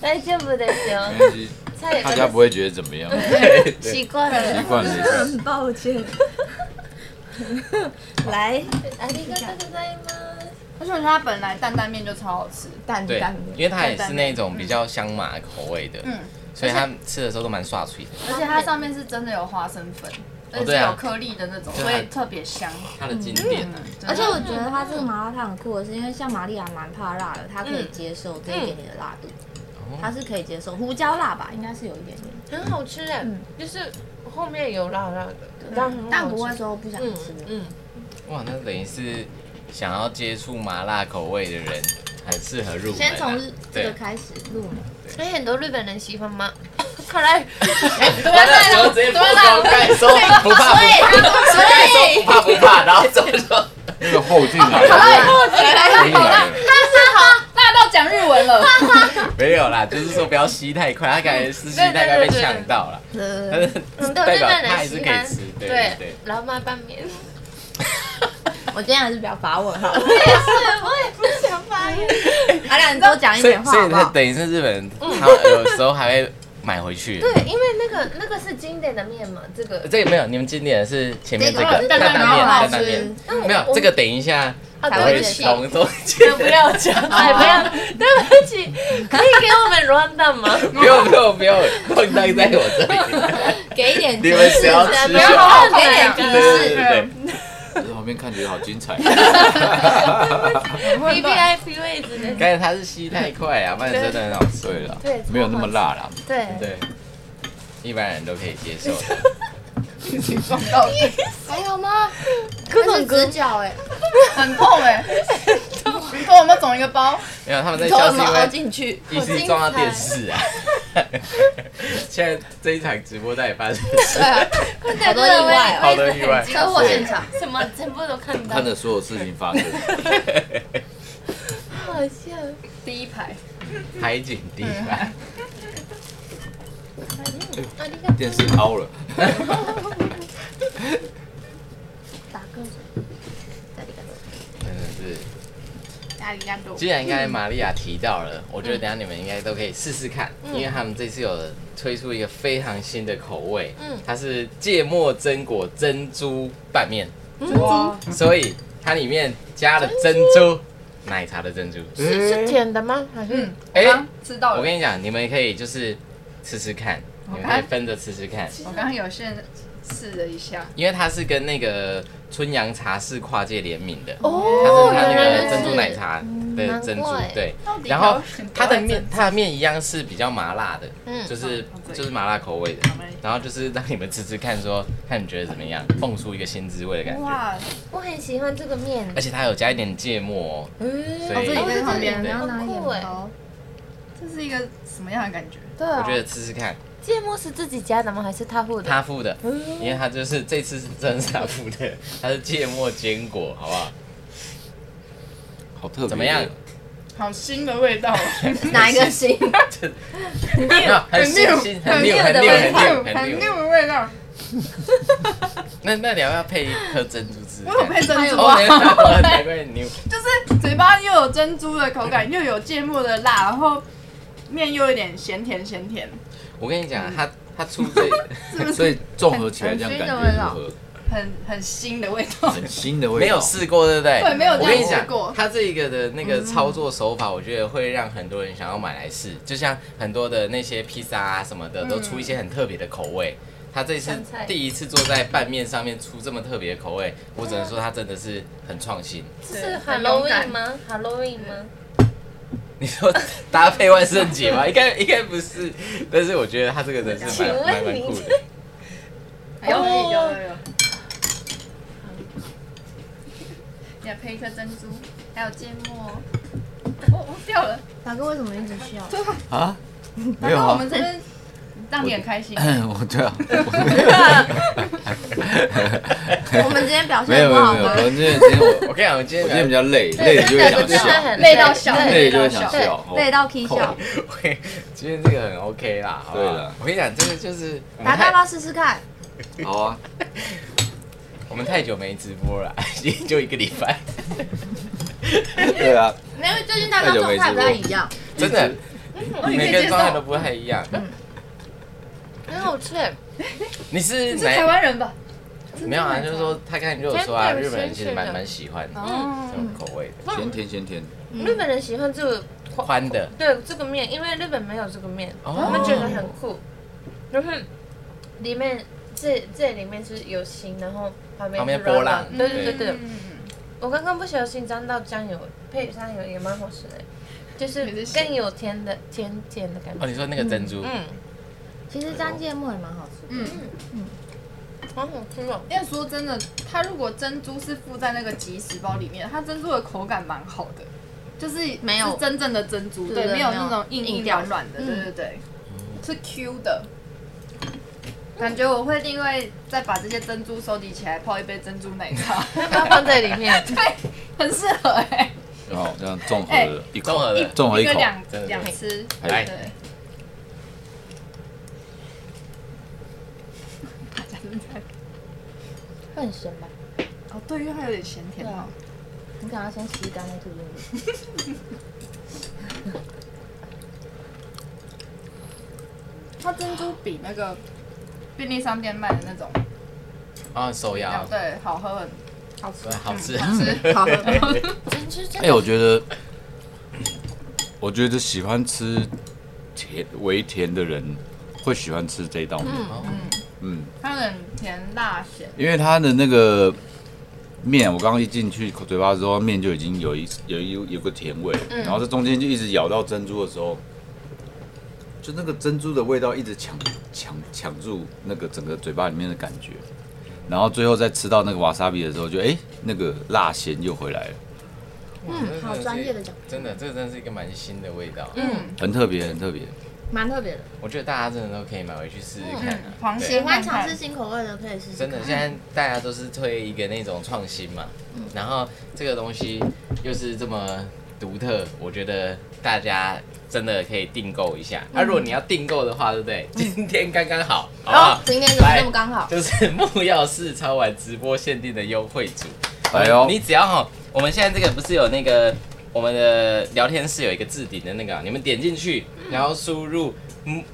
Speaker 4: 大丈夫ですよ。菜
Speaker 3: 大家不会觉得怎么样，
Speaker 5: 对对
Speaker 4: 习惯了
Speaker 3: 习。惯了。
Speaker 1: 很抱歉。来
Speaker 4: ありがとうございます。
Speaker 2: 而且我觉得它本来担担面就超好吃，
Speaker 1: 蛋
Speaker 5: 对
Speaker 1: 蛋，
Speaker 5: 因为它也是那种比较香麻口味的，
Speaker 2: 嗯，
Speaker 5: 所以它吃的时候都蛮刷脆的。
Speaker 2: 而且它上面是真的有花生粉，而且
Speaker 5: 对
Speaker 2: 是
Speaker 5: 啊
Speaker 2: 有颗粒的那种，
Speaker 5: 对啊
Speaker 2: 所以特别香，
Speaker 5: 它的经典
Speaker 2: 嗯，
Speaker 1: 而且我觉得它这个麻辣烫很酷的是，因为像玛利亚蛮怕辣的，她可以接受这一点点的辣度，她是可以接受胡椒辣吧，应该是有一点点，
Speaker 4: 很好吃哎
Speaker 1: 嗯，
Speaker 4: 就是后面有辣辣的，但很好吃
Speaker 1: 但不会说不想
Speaker 4: 嗯
Speaker 1: 吃。
Speaker 4: 嗯，
Speaker 5: 哇，那等于是想要接触麻辣口味的人，很适合入门啊。
Speaker 1: 先从
Speaker 5: 对
Speaker 1: 这个，开始入门，
Speaker 4: 所以很多日本人喜欢吗？看来
Speaker 5: 完了，然后直接放高盖说不怕不怕，
Speaker 4: 对，
Speaker 5: 不怕不怕，然后走就。
Speaker 3: 那个后劲来了，后劲来了，
Speaker 2: 辣到讲日文 了，
Speaker 5: 没有啦，就是说不要吸太快，他感觉是吸太快被呛到了，但
Speaker 1: 呃，
Speaker 5: 是
Speaker 4: 很多
Speaker 5: 代
Speaker 4: 日
Speaker 5: 表
Speaker 4: 本
Speaker 5: 他
Speaker 4: 人
Speaker 5: 还是
Speaker 4: 喜
Speaker 5: 可以
Speaker 4: 欢
Speaker 5: 吃，对对
Speaker 4: 对
Speaker 5: 对。，
Speaker 4: 然后妈拌面。
Speaker 1: 我今天还是比较法文好了，
Speaker 4: 也是，我也不想发言。
Speaker 1: 阿亮你多讲一
Speaker 5: 所以
Speaker 1: 点话
Speaker 5: 所
Speaker 1: 好
Speaker 5: 以
Speaker 1: 不
Speaker 5: 他
Speaker 1: 好？
Speaker 5: 等于是日本人，他有时候还会买回去。
Speaker 4: 对，因为那个那个是经典的面嘛，这个
Speaker 5: 这个没有，你们经典的是前面这
Speaker 1: 这
Speaker 5: 个
Speaker 1: 个
Speaker 5: 担担
Speaker 1: 蛋蛋
Speaker 5: 面，
Speaker 1: 面
Speaker 5: 担
Speaker 1: 好
Speaker 5: 担
Speaker 1: 吃
Speaker 5: 面
Speaker 4: 那我
Speaker 5: 没有
Speaker 4: 我
Speaker 5: 这个，等一下
Speaker 4: 啊
Speaker 5: 我
Speaker 4: 对
Speaker 5: 会
Speaker 4: 不起，
Speaker 5: 从中间
Speaker 4: 不要讲，哎，不要，对不起，可以给我们 round down 吗？
Speaker 5: 不用不用不用，放在在我这里，
Speaker 1: 给一点
Speaker 5: 你们只要吃
Speaker 4: 不
Speaker 5: 就
Speaker 4: 要
Speaker 5: 好。
Speaker 4: 乱讲，
Speaker 5: 对对对对，
Speaker 3: 在旁边看觉得好精彩。
Speaker 4: B B I P 位置的。
Speaker 5: 刚才他是吸太快啊，不然真的很好吃。
Speaker 3: 对了
Speaker 4: 对，
Speaker 3: 没有那么辣啦。
Speaker 4: 对，
Speaker 5: 对，一般人都可以接受的。
Speaker 1: 还有吗？各种直角哎，
Speaker 2: 很痛 哎，你说我们总一个包，
Speaker 5: 没有，他们在
Speaker 1: 我
Speaker 5: 笑
Speaker 1: 怎
Speaker 5: 是
Speaker 1: 么
Speaker 5: 因
Speaker 1: 凹
Speaker 5: 为
Speaker 1: 进去？
Speaker 5: 一是撞到电视啊。 现在这一场直播到底发生什么事？
Speaker 1: 好多意
Speaker 2: 啊
Speaker 1: 外哦，
Speaker 5: 好多意外，
Speaker 1: 车祸现场。
Speaker 4: 什么全部都看到
Speaker 3: 看，着所有事情发生，
Speaker 4: 好笑。
Speaker 2: 第一排，
Speaker 5: 海景地板。
Speaker 4: ありがと
Speaker 3: 电视凹了，
Speaker 1: 打个手
Speaker 5: 真的是，
Speaker 2: 咖喱干多，
Speaker 5: 既然刚才玛利亚提到了，我觉得等一下你们应该都可以试试看，因为他们这次有推出一个非常新的口味，
Speaker 4: 嗯
Speaker 5: 它是芥末榛果珍珠拌面，
Speaker 2: 哇，
Speaker 5: 所以它里面加了嗯珍珠奶茶的珍珠。
Speaker 4: う。是是甜的吗？还是
Speaker 2: 嗯，
Speaker 5: 哎
Speaker 2: 我刚吃到
Speaker 5: 我
Speaker 2: 了，
Speaker 5: 跟你讲，你们可以就是吃吃看，你们可以分着吃吃看，
Speaker 2: 我刚刚有先试了一下，
Speaker 5: 因为它是跟那个春阳茶室跨界联名的，
Speaker 4: 哦
Speaker 5: 它是它
Speaker 4: 原来
Speaker 5: 那
Speaker 4: 如
Speaker 5: 个
Speaker 4: 此
Speaker 5: 珍珠奶茶的珍珠
Speaker 4: 难怪，
Speaker 5: 对
Speaker 2: 到。底
Speaker 5: 然后它
Speaker 2: 它
Speaker 5: 的面，它的面一样是比较麻辣的，
Speaker 4: 嗯
Speaker 5: 就是
Speaker 2: 嗯对
Speaker 5: 就是麻辣口味的
Speaker 2: 好嘞，
Speaker 5: 然后就是让你们吃吃看说看你觉得怎么样，蹦出一个新滋味的感觉。
Speaker 2: 哇，
Speaker 4: 我很喜欢这个面
Speaker 5: 而。且它有加一点芥末哦，
Speaker 1: 嗯，
Speaker 5: 所
Speaker 1: 哦，
Speaker 5: 以
Speaker 1: 这里跟旁边，
Speaker 5: 对
Speaker 1: 你要拿一点包。
Speaker 2: 这是一个什么样的感觉？
Speaker 1: 对
Speaker 5: 我
Speaker 1: 啊，
Speaker 5: 觉得吃吃看。
Speaker 4: 芥末是自己加的吗？还是他付的？
Speaker 5: 他付的，
Speaker 4: 哦
Speaker 5: 因为他就是这次是真的是他付的，他是芥末坚果，好不好？
Speaker 3: 好特别。
Speaker 5: 怎 么样？
Speaker 2: 好腥的味道，
Speaker 1: 哪一 个行？
Speaker 5: 没有很新鲜，很
Speaker 2: 溜
Speaker 5: 溜，很
Speaker 2: 的
Speaker 5: 溜，
Speaker 2: 味
Speaker 5: 很
Speaker 2: 道，
Speaker 5: 溜，
Speaker 2: 很
Speaker 5: 很
Speaker 2: 溜
Speaker 5: 溜。
Speaker 2: 的味道。
Speaker 5: 那那你要不要配一颗珍珠汁？
Speaker 2: 我有配珍珠
Speaker 5: 哦，
Speaker 2: 啊
Speaker 5: 没，有难怪你
Speaker 2: 就是嘴巴又有珍珠的口感，又有芥末的辣，然后面又有点咸甜咸甜，
Speaker 5: 啊 我跟你讲，他他出这，
Speaker 3: 所以综合起来这样感觉如何？
Speaker 2: 很很腥的味道。
Speaker 3: 很新的味道，
Speaker 5: 没有试过，对不对？
Speaker 2: 对没有这
Speaker 5: 我
Speaker 2: 样
Speaker 5: 跟你
Speaker 2: 试过嗯
Speaker 5: 讲，它这一个的那个操作手法，我觉得会让很多人想要买来试。就像很多的那些披萨啊什么的，都出一些很特别的口味。他这次
Speaker 4: 香菜
Speaker 5: 第一次做在拌面上面出这么特别的口味，我只能说他真的是很创新。
Speaker 4: 这
Speaker 2: 对
Speaker 4: 是
Speaker 2: 很勇敢
Speaker 4: Halloween 吗？Halloween 吗？
Speaker 5: 你说搭配万圣节吗？应该应该不是，但是我觉得他这个人是蛮
Speaker 4: 请问
Speaker 5: 蛮蛮
Speaker 4: 你
Speaker 5: 酷的。哎
Speaker 2: 有有
Speaker 4: 哦
Speaker 2: 有有。你要配一颗珍珠，还有芥末。我我掉了，
Speaker 1: 大哥为什么一直笑？
Speaker 3: 啊，
Speaker 2: 反
Speaker 3: 没有
Speaker 2: 正我
Speaker 3: 啊
Speaker 2: 们，这边让你很开 心。
Speaker 3: 我对啊，
Speaker 1: 我们今天表
Speaker 3: 没
Speaker 1: 现
Speaker 3: 有
Speaker 1: 不
Speaker 3: 没有
Speaker 1: 好
Speaker 3: 没有，
Speaker 1: 吗
Speaker 3: 可？能今天今天我
Speaker 5: 我跟你讲，我
Speaker 3: 我今
Speaker 5: 今
Speaker 3: 天
Speaker 5: 天
Speaker 3: 比较累，累了就会想
Speaker 4: 真的
Speaker 3: 笑，
Speaker 4: 很
Speaker 2: 累到笑
Speaker 3: 累了就会想笑。哦
Speaker 1: 累到 K 笑。
Speaker 5: 喂，今天这个很 OK 啦，好不好
Speaker 3: 对了
Speaker 5: 我跟你讲，这个就是我们
Speaker 1: 大
Speaker 5: 太
Speaker 1: 家要不要试试看？
Speaker 3: 好啊，
Speaker 5: 我们太久没直播了， 也就一个礼拜，
Speaker 3: 对啊，
Speaker 1: 没有，最近大家状态不太一样。
Speaker 5: 真的
Speaker 2: 哦你可
Speaker 5: 每
Speaker 2: 以接
Speaker 5: 个人状态
Speaker 2: 受
Speaker 5: 都。不太一样。
Speaker 4: 很好吃，
Speaker 5: 你是
Speaker 2: 你是台
Speaker 5: 哪？
Speaker 2: 湾人吧？
Speaker 5: 没有啊，就是说他刚才就有说啊，
Speaker 4: 真的
Speaker 5: 日本人其实蛮
Speaker 4: 真的
Speaker 5: 蛮喜欢
Speaker 2: 哦
Speaker 5: 这种口味的，
Speaker 3: 先甜先甜，
Speaker 4: 日本人喜欢这个
Speaker 5: 宽的。
Speaker 4: 对这个面，因为日本没有这个面，
Speaker 5: 哦
Speaker 4: 我们觉得很酷。然后里面这这里面是有心，然后旁边
Speaker 5: 旁边
Speaker 4: 是肉
Speaker 5: 波浪
Speaker 4: 对对对对，
Speaker 2: 嗯，
Speaker 4: 我刚刚不小心沾到酱油，配上油也蛮好吃的，就是
Speaker 2: 也是咸哎
Speaker 4: 更有甜的甜甜的感
Speaker 5: 哦，
Speaker 4: 觉。
Speaker 5: 你说那个珍珠，
Speaker 4: 嗯，
Speaker 1: 其实沾芥末也蛮好吃。
Speaker 2: 嗯，
Speaker 4: 好好吃哦。
Speaker 2: 因为说真的，它如果珍珠是附在那个即食包里面，它珍珠的口感蛮好的，就是
Speaker 1: 没有
Speaker 2: 是真正的珍珠，
Speaker 1: 对
Speaker 2: 对，
Speaker 1: 对
Speaker 2: 没有
Speaker 1: 没有
Speaker 2: 那种硬硬
Speaker 1: 硬掉
Speaker 2: 软软的，
Speaker 1: 嗯
Speaker 2: 对对对，是 Q 的。感觉我会另外再把这些珍珠收集起来，泡一杯珍珠奶茶，
Speaker 4: 要不要放在里面？
Speaker 2: 很适合哎、
Speaker 3: 然后这样综合
Speaker 2: 哎
Speaker 3: 了一口
Speaker 5: 综，合的。
Speaker 3: 综合
Speaker 2: 一
Speaker 3: 一
Speaker 2: 个
Speaker 3: 口，
Speaker 2: 两
Speaker 5: 真的
Speaker 2: 两吃，
Speaker 5: 来
Speaker 2: 对。 大家正在
Speaker 1: 会很咸吧？
Speaker 2: 哦，对，因为它有点咸甜哦。
Speaker 1: 你赶快先吸干再吐进去。
Speaker 2: 它珍珠比那个便利商店卖的那种
Speaker 5: 啊，手摇，
Speaker 2: 对，好喝很嗯好吃
Speaker 5: 对，好 吃。
Speaker 1: 好喝。
Speaker 4: 珍珠真
Speaker 3: 哎、
Speaker 4: 的
Speaker 3: 我觉得，我觉得喜欢吃甜微甜的人会喜欢吃这道面，嗯，
Speaker 2: 它很甜辣咸，
Speaker 3: 因为它的那个面，我刚刚一进去口嘴巴的时候，面就已经有一有一有个甜味，
Speaker 2: 嗯
Speaker 3: 然后这中间就一直咬到珍珠的时候，就那个珍珠的味道一直抢抢抢住那个整个嘴巴里面的感觉，然后最后再吃到那个瓦萨比的时候就，哎那个辣咸又回来了，
Speaker 1: 嗯，好专业的讲，
Speaker 5: 真的，这个真的是一个蛮新的味道。
Speaker 2: 嗯
Speaker 3: 很特别，很特别。
Speaker 1: 蛮特别的。
Speaker 5: 我觉得大家真的都可以买回去试试看
Speaker 2: 嗯
Speaker 5: 啊。，
Speaker 2: 黄
Speaker 5: 对
Speaker 1: 喜
Speaker 2: 鲜
Speaker 1: 欢尝试新口味的可以试试
Speaker 5: 真
Speaker 1: 看。嗯
Speaker 5: 的，现在大家都是推一个那种创新嘛，然后这个东西又是这么独特，我觉得大家真的可以订购一下。那、如果你要订购的话，对不对？今天刚刚好，好不
Speaker 1: 嗯哦
Speaker 5: 好，？
Speaker 1: 今天怎么那么刚好？
Speaker 5: 就是 木曜市超晚直播限定的优惠组，
Speaker 3: 哎呦，
Speaker 5: 你只要哈，我们现在这个不是有那个我们的聊天室有一个置顶的那个啊，你们点进去，然后输入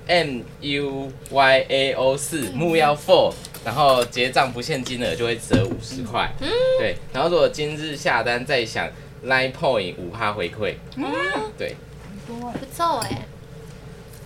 Speaker 5: M U Y A O 四木曜 Four，然后结账不限金额就会折五十块。对，然后如果今日下单再享 Line Point 五趴回馈。对。
Speaker 4: 不错哎，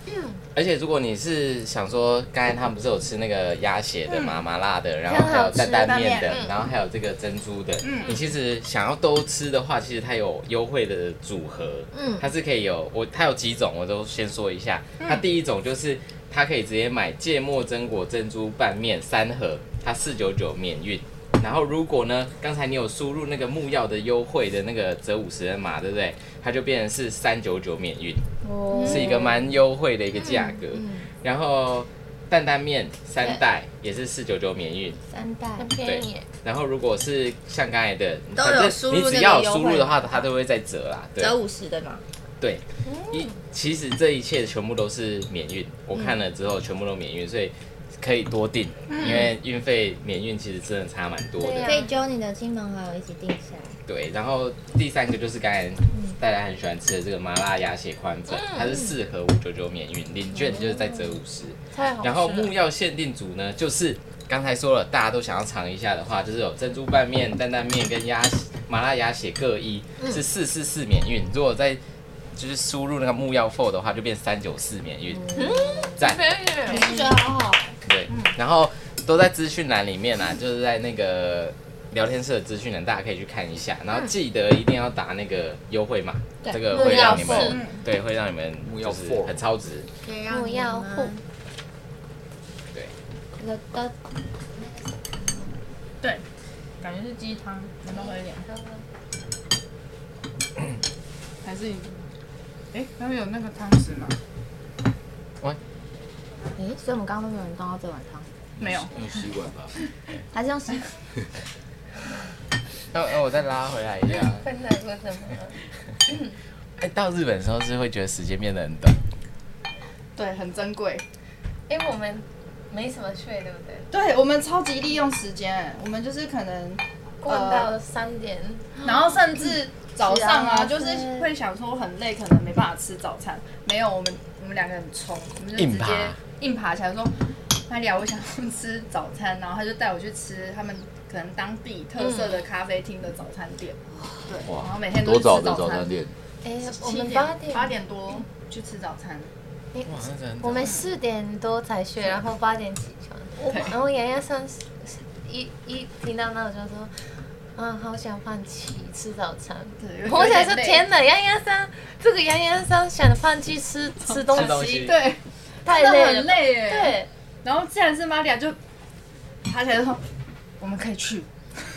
Speaker 4: 嗯
Speaker 5: 而且如果你是想说，刚才他们不是有吃那个鸭血的嘛，麻辣的，然后还有蛋蛋面的
Speaker 4: 蛋面，嗯
Speaker 5: 然后还有这个珍珠的，
Speaker 2: 嗯
Speaker 5: 你其实想要都吃的话，其实它有优惠的组合，
Speaker 1: 嗯
Speaker 5: 它是可以有我它有几种，我都先说一下。它第一种就是它可以直接买芥末榛果珍珠拌面三盒，它四九九免运。然后如果呢，刚才你有输入那个木曜的优惠的那个折五十元码，对不对？它就变成是三九九免运。
Speaker 1: 哦
Speaker 5: 是一个蛮优惠的一个价格。然后担担面三袋也是四九九免运。
Speaker 1: 三代
Speaker 4: 很便宜耶。
Speaker 5: 然后如果是像刚才的，
Speaker 1: 都有
Speaker 5: 反正
Speaker 1: 输入
Speaker 5: 你
Speaker 1: 那
Speaker 5: 只
Speaker 1: 个
Speaker 5: 要
Speaker 1: 优
Speaker 5: 有
Speaker 1: 惠
Speaker 5: 输入的话，它都会再折啦。对
Speaker 1: 折五嗯十的嘛。
Speaker 5: 对，一其实这一切全部都是免运，我看了
Speaker 1: 嗯
Speaker 5: 之后全部都免运，所以可以多订，因为运费免运其实真的差蛮多的
Speaker 4: 对。啊
Speaker 1: 可以揪你的亲朋好友一起定下来。
Speaker 5: 对，然后第三个就是刚才大家很喜欢吃的这个麻辣鸭血宽粉，
Speaker 1: 嗯
Speaker 5: 它是四盒五九九免运，领券就是再折五十。
Speaker 4: 太好吃了。
Speaker 5: 然后木曜限定组呢，就是刚才说了，大家都想要尝一下的话，就是有珍珠拌面、担担面跟鸭血麻辣鸭血各一，
Speaker 4: 嗯
Speaker 5: 是四四四免运。如果在就是输入那个木曜 four 的话，就变三九四免运。
Speaker 4: 嗯
Speaker 5: 赞、
Speaker 2: 你不觉得好好？
Speaker 5: 对，然后都在资讯栏里面啊，就是在那个聊天室的资讯栏，大家可以去看一下。然后
Speaker 4: 嗯
Speaker 5: 记得一定要打那个优惠码，这个会让你们
Speaker 4: 木曜 four
Speaker 5: 对会让你们
Speaker 3: 木曜
Speaker 5: 就
Speaker 3: four
Speaker 5: 是很超值。
Speaker 2: 也让
Speaker 4: 不
Speaker 2: 你
Speaker 4: 要
Speaker 2: 们
Speaker 1: 啊
Speaker 4: 护。
Speaker 5: 对，
Speaker 4: 乐
Speaker 1: 呃
Speaker 4: 高
Speaker 2: 对，感觉是鸡汤，能不能喝一点？还是你？哎，他们有那个汤匙吗？
Speaker 1: 诶，所以我们刚刚都没有人动到这碗汤，
Speaker 2: 没有。
Speaker 3: 用吸管吧。
Speaker 1: 还是用吸
Speaker 5: 那、那我再拉回来一下。
Speaker 4: 分来过什么？
Speaker 5: 哎、到日本的时候是会觉得时间变得很短。
Speaker 2: 对，很珍贵。
Speaker 4: 因为哎我们没什么睡，对不对？
Speaker 2: 对我们超级利用时间，我们就是可能，
Speaker 4: 逛到三点，
Speaker 2: 然后甚
Speaker 4: 嗯
Speaker 2: 至早上
Speaker 1: 是
Speaker 2: 啊，
Speaker 1: 啊
Speaker 2: 就是
Speaker 1: 是
Speaker 2: 会想说很累，可能没办法吃早餐。没有，我们我们两个很冲，我们就直
Speaker 5: 硬
Speaker 2: 接
Speaker 5: 爬
Speaker 2: 硬爬起来说：“玛利亚，我想要吃早餐。”然后他就带我去吃他们可能当地特色的咖啡厅的早餐店。对，
Speaker 3: 哇
Speaker 2: 然后每天都
Speaker 3: 多
Speaker 2: 是吃
Speaker 3: 早的
Speaker 2: 早啊
Speaker 3: 早餐店？
Speaker 4: 哎，我
Speaker 2: 七
Speaker 4: 们
Speaker 2: 点
Speaker 4: 八点，
Speaker 2: 八点多去吃早餐。
Speaker 4: 哎
Speaker 5: 哇，那真的很
Speaker 4: 我
Speaker 5: 短
Speaker 4: 们四点多才睡，然后八点起床，
Speaker 2: 对
Speaker 4: 然后洋洋上一一听到那我就说，啊，好想放弃吃早 餐。
Speaker 2: 对，
Speaker 4: 我想
Speaker 2: 才
Speaker 4: 说，天哪，洋洋桑，这个洋洋桑想放弃吃吃东
Speaker 5: 吃东
Speaker 4: 西，
Speaker 5: 西
Speaker 2: 对，
Speaker 4: 太
Speaker 2: 真的
Speaker 4: 累
Speaker 2: 很
Speaker 4: 了。
Speaker 2: 累耶。。
Speaker 4: 对，
Speaker 2: 然后既然是玛利亚，就爬起来就说：“我们可以 去。”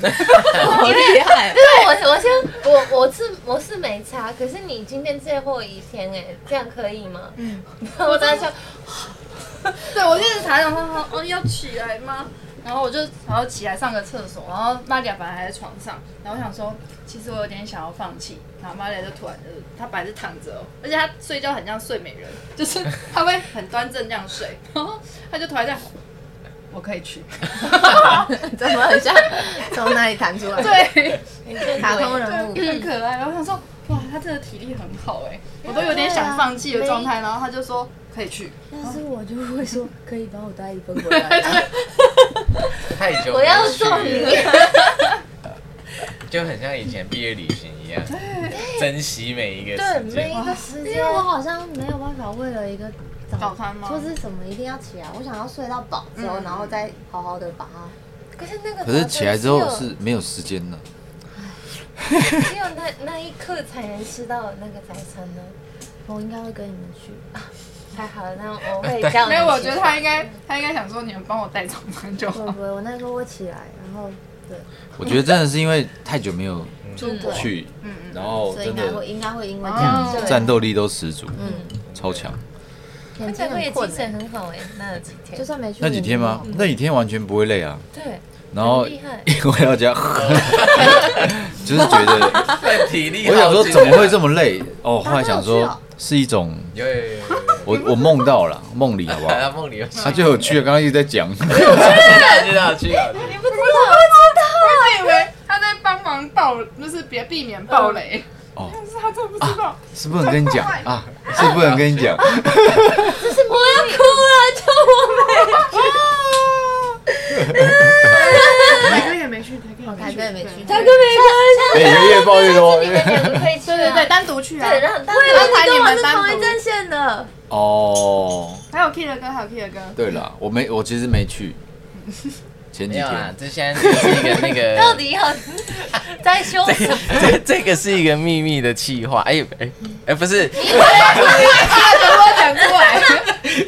Speaker 1: 好厉害
Speaker 4: 因！为我我先我我是我是没差，可是你今天最后一天哎，这样可以吗？嗯，我 当时就
Speaker 2: 对，我就一直查想说，哦，要起来吗？然后我就然后起来上个厕所，然后玛利亚本来还在床上，然后我想说，其实我有点想要放弃，然后玛利亚就突然就是，她本来是躺着、哦，而且她睡觉很像睡美人，就是她会很端正这样睡，然后她就突然这样，我可以去，
Speaker 1: 怎么很像 从哪里弹出来？，
Speaker 2: 对，
Speaker 1: 卡通人物。
Speaker 2: 对，很可爱。然后我想说，哇，她真的体力很好哎、我都有点想放弃的状态，然后她就说可以去，
Speaker 1: 但是我就会说，可以帮我带一份回 来吗。
Speaker 5: 太久没去了，
Speaker 4: 我要送你
Speaker 5: 就很像以前毕业旅行一样，珍惜每一个
Speaker 4: 对
Speaker 5: 时
Speaker 4: 每
Speaker 5: 间。
Speaker 4: 一个时
Speaker 1: 因
Speaker 4: 间
Speaker 1: 为，我好像没有办法为了一个
Speaker 2: 早餐吗
Speaker 1: 就是什么一定要起来，我想要睡到饱之后，
Speaker 2: 嗯
Speaker 1: 然后再好好的把它。
Speaker 4: 可是那个
Speaker 3: 可是起来之后
Speaker 4: 早餐
Speaker 3: 是没有时间了。
Speaker 4: 只有只有那那一刻才能吃到那个早餐呢。
Speaker 1: 哦我应该会跟你们去。
Speaker 4: 太好了，那我会叫你
Speaker 2: 没有，我
Speaker 4: 去
Speaker 2: 觉得她应该她应该想说你们帮我带早餐就
Speaker 1: 会
Speaker 2: 好。
Speaker 1: 不会我那时候会起来，然后对，
Speaker 3: 我觉得真的是因为太久没有
Speaker 2: 出国
Speaker 3: 去，
Speaker 2: 嗯嗯。
Speaker 3: 然
Speaker 5: 哦
Speaker 3: 后
Speaker 1: 所以应
Speaker 3: 真
Speaker 1: 该会
Speaker 3: 的
Speaker 1: 应该会因为这
Speaker 2: 哦
Speaker 1: 样，
Speaker 2: 对
Speaker 3: 战斗力都十足，
Speaker 1: 嗯，
Speaker 3: 超强。
Speaker 1: 眼睛
Speaker 4: 那个
Speaker 1: 很
Speaker 4: 也
Speaker 1: 困
Speaker 4: 精
Speaker 1: 欸，
Speaker 4: 神很好哎、那几天
Speaker 1: 就算没去
Speaker 3: 那几天吗？
Speaker 1: 也没有
Speaker 3: 那几天完全不会累啊。
Speaker 4: 对，
Speaker 3: 然后
Speaker 4: 很厉害
Speaker 3: 一回到家， 就是觉得，
Speaker 5: 对体力，
Speaker 3: 我想说怎么会这？么累？哦，后来想说是一种，
Speaker 5: 有有有有有，
Speaker 3: 我我梦到了，梦里好不
Speaker 5: 他
Speaker 3: 好？
Speaker 5: 梦里有去，
Speaker 3: 他就有去了，刚刚一直在讲，
Speaker 5: 知道去了。
Speaker 2: 以为他在帮忙爆，就是别避免爆雷，
Speaker 3: 哦，
Speaker 2: 但是他真的不知道。
Speaker 3: 是不能跟你讲啊，是不能跟你讲，
Speaker 4: 我要哭了，就我
Speaker 2: 台哥也没去，台
Speaker 1: 哦台哥也没去，
Speaker 4: 没，没
Speaker 3: 哎，越抱越多
Speaker 4: 关系，你，们两个可以去、
Speaker 2: 对对对，，单独去啊。
Speaker 4: 对，让大
Speaker 2: 以为
Speaker 4: 家
Speaker 2: 你跟我是
Speaker 1: 同
Speaker 2: 同一
Speaker 1: 一
Speaker 2: 阵
Speaker 1: 阵线的，
Speaker 3: 哦。
Speaker 2: 还有 K 的歌，还有 K 的歌，
Speaker 3: 对了，我没，我其实没去，前几
Speaker 5: 没有啦
Speaker 3: 天，
Speaker 5: 这现在是一个那个，
Speaker 4: 到底要在凶什么？
Speaker 5: 这 这个是一个秘密的计划。哎哎哎，不是，
Speaker 2: 我讲出来。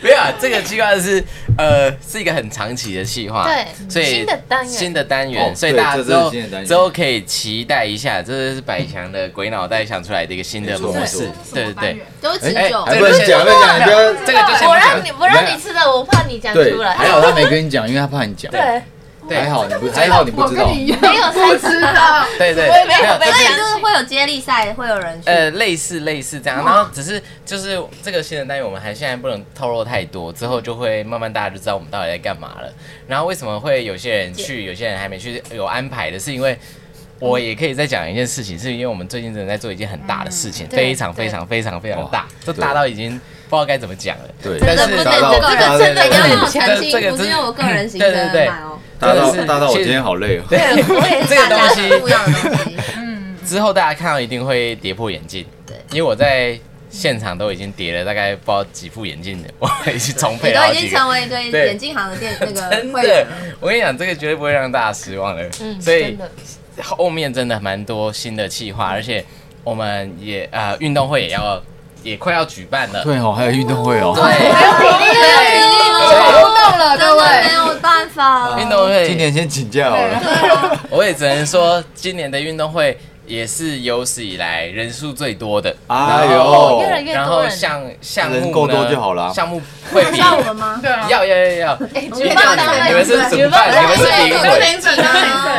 Speaker 5: 没有啊，这个计划是呃是一个很长期的计划，
Speaker 4: 对
Speaker 5: 所以
Speaker 4: 新的单元
Speaker 5: 新的单元，
Speaker 3: 哦
Speaker 5: 所以
Speaker 3: 对
Speaker 5: 大家
Speaker 3: 这
Speaker 5: 之
Speaker 3: 这
Speaker 5: 后
Speaker 3: 是新的单元
Speaker 5: 之后可以期待一下，这是百强的鬼脑袋想出来的一个新的
Speaker 3: 没错
Speaker 5: 模
Speaker 3: 没
Speaker 5: 式
Speaker 3: 错，
Speaker 5: 对对对，
Speaker 1: 都是
Speaker 5: 哎
Speaker 1: 只有
Speaker 5: 哎
Speaker 3: 还不能讲，不能讲，你不要
Speaker 5: 这个就先
Speaker 4: 我
Speaker 5: 不
Speaker 4: 让
Speaker 5: 讲
Speaker 4: 你我让你吃到，我怕你讲
Speaker 3: 对
Speaker 4: 出，来。
Speaker 3: 还好他没跟你讲，因为他怕你讲。
Speaker 4: 对，
Speaker 5: 对
Speaker 3: 还好你不，还好你不知道
Speaker 2: 我。跟你一样，
Speaker 4: 没有
Speaker 2: 不知道。
Speaker 5: 对对，
Speaker 4: 没有
Speaker 5: 没有
Speaker 4: 没有
Speaker 5: 这
Speaker 1: 所以
Speaker 5: 是
Speaker 1: 就是会有接力赛，会有人去。
Speaker 5: 呃，类似类似这样，然后只是就是这个新的单元，我们还现在不能透露太多，之后就会慢慢大家就知道我们到底在干嘛了。然后为什么会有些人去，有些人还没去，有安排的是因为我也可以再讲一件事情，是因为我们最近真的在做一件很大的事情，
Speaker 1: 嗯对
Speaker 5: 非常非常非常非常大，这
Speaker 3: 对
Speaker 5: 大到已经不知道该怎么讲了。
Speaker 3: 对，
Speaker 5: 但
Speaker 1: 真的
Speaker 5: 是
Speaker 1: 不能，
Speaker 3: 达到
Speaker 1: 这个真的要让我澄
Speaker 5: 这
Speaker 1: 清，
Speaker 5: 个
Speaker 1: 不是
Speaker 5: 真嗯
Speaker 1: 用我个人行
Speaker 5: 对
Speaker 1: 程
Speaker 5: 对
Speaker 1: 来
Speaker 5: 对
Speaker 1: 买哦。
Speaker 3: 大到
Speaker 5: 真的是
Speaker 3: 大到我
Speaker 5: 谢
Speaker 3: 今天好累哦。
Speaker 1: 对，我也是
Speaker 5: 这个东西
Speaker 1: 大家不一样的东 西。
Speaker 5: 之后大家看到一定会跌破眼镜，
Speaker 1: 对
Speaker 5: 因为我在现场都已经叠了大概不知道几副眼镜了，我已经重
Speaker 1: 你
Speaker 5: 配了
Speaker 1: 都
Speaker 5: 哎好
Speaker 1: 已经
Speaker 5: 几个。
Speaker 1: 成为一个眼镜行的店那个
Speaker 5: 真
Speaker 1: 会员
Speaker 5: 的
Speaker 1: 了，，
Speaker 5: 我跟你讲，这个绝对不会让大家失望的。
Speaker 1: 嗯
Speaker 5: 所以
Speaker 2: 真的
Speaker 5: 后面真的蛮多新的计划，而且我们也呃运动会也要也快要举办了。
Speaker 3: 对哦，还有运动会哦。
Speaker 2: 还有体力活
Speaker 1: 对
Speaker 2: 动了，各
Speaker 1: 真的
Speaker 2: 位
Speaker 1: 没。有办法了。
Speaker 5: 运动会
Speaker 3: 今年先请假好了。
Speaker 5: 我也只能说，今年的运动会也是有史以来人数最多的。
Speaker 3: 哎
Speaker 4: 哦越来
Speaker 3: 呦，
Speaker 4: 越
Speaker 5: 然
Speaker 4: 多
Speaker 5: 后
Speaker 4: 人。
Speaker 5: 项项目呢
Speaker 3: 人够多就好啦
Speaker 5: 项目会比
Speaker 1: 要我们吗？
Speaker 2: 对啊，
Speaker 5: 要要要要，
Speaker 4: 哎
Speaker 1: 举办当然
Speaker 5: 你们是主
Speaker 4: 举办
Speaker 5: 办，你们是
Speaker 2: 当
Speaker 5: 评委，
Speaker 2: 评审，当